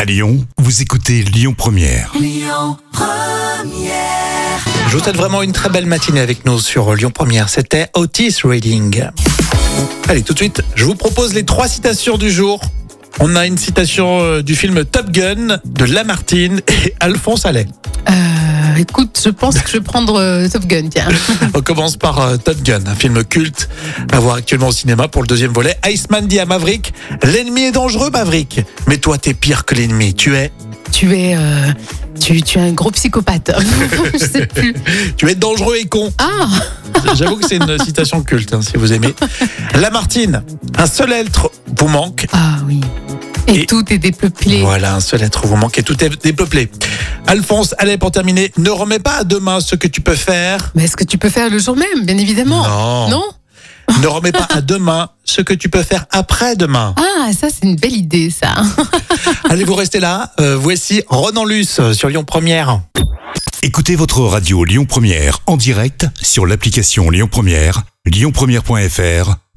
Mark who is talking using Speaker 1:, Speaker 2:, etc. Speaker 1: À Lyon, vous écoutez Lyon Première.
Speaker 2: Je vous souhaite vraiment une très belle matinée avec nous sur Lyon Première. C'était Otis Reading. Allez, tout de suite, je vous propose les trois citations du jour. On a une citation euh, du film Top Gun de Lamartine et Alphonse Allais.
Speaker 3: Euh, écoute, je pense que je vais prendre euh, Top Gun, tiens.
Speaker 2: On commence par euh, Top Gun, un film culte à voir actuellement au cinéma pour le deuxième volet. Iceman dit à Maverick L'ennemi est dangereux, Maverick, mais toi t'es pire que l'ennemi. Tu es,
Speaker 3: Tu es, euh, tu, tu es un gros psychopathe. je sais plus.
Speaker 2: tu es dangereux et con.
Speaker 3: Ah,
Speaker 2: J'avoue que c'est une citation culte, hein, si vous aimez. Lamartine Un seul être vous manque.
Speaker 3: ah oui. Et,
Speaker 2: Et-
Speaker 3: tout est dépeuplé.
Speaker 2: Voilà, un seul être vous manque et tout est dépeuplé. Alphonse, allez, pour terminer, ne remets pas à demain ce que tu peux faire.
Speaker 3: Mais est-ce que tu peux faire le jour même, bien évidemment
Speaker 2: Non. Ne remets pas à demain ce que tu peux faire après-demain.
Speaker 3: Ah, ça c'est une belle idée, ça.
Speaker 2: Allez, vous restez là. Euh, voici Ronan Luce euh, sur Lyon Première.
Speaker 1: Écoutez votre radio Lyon Première en direct sur l'application Lyon Première, lyonpremière.fr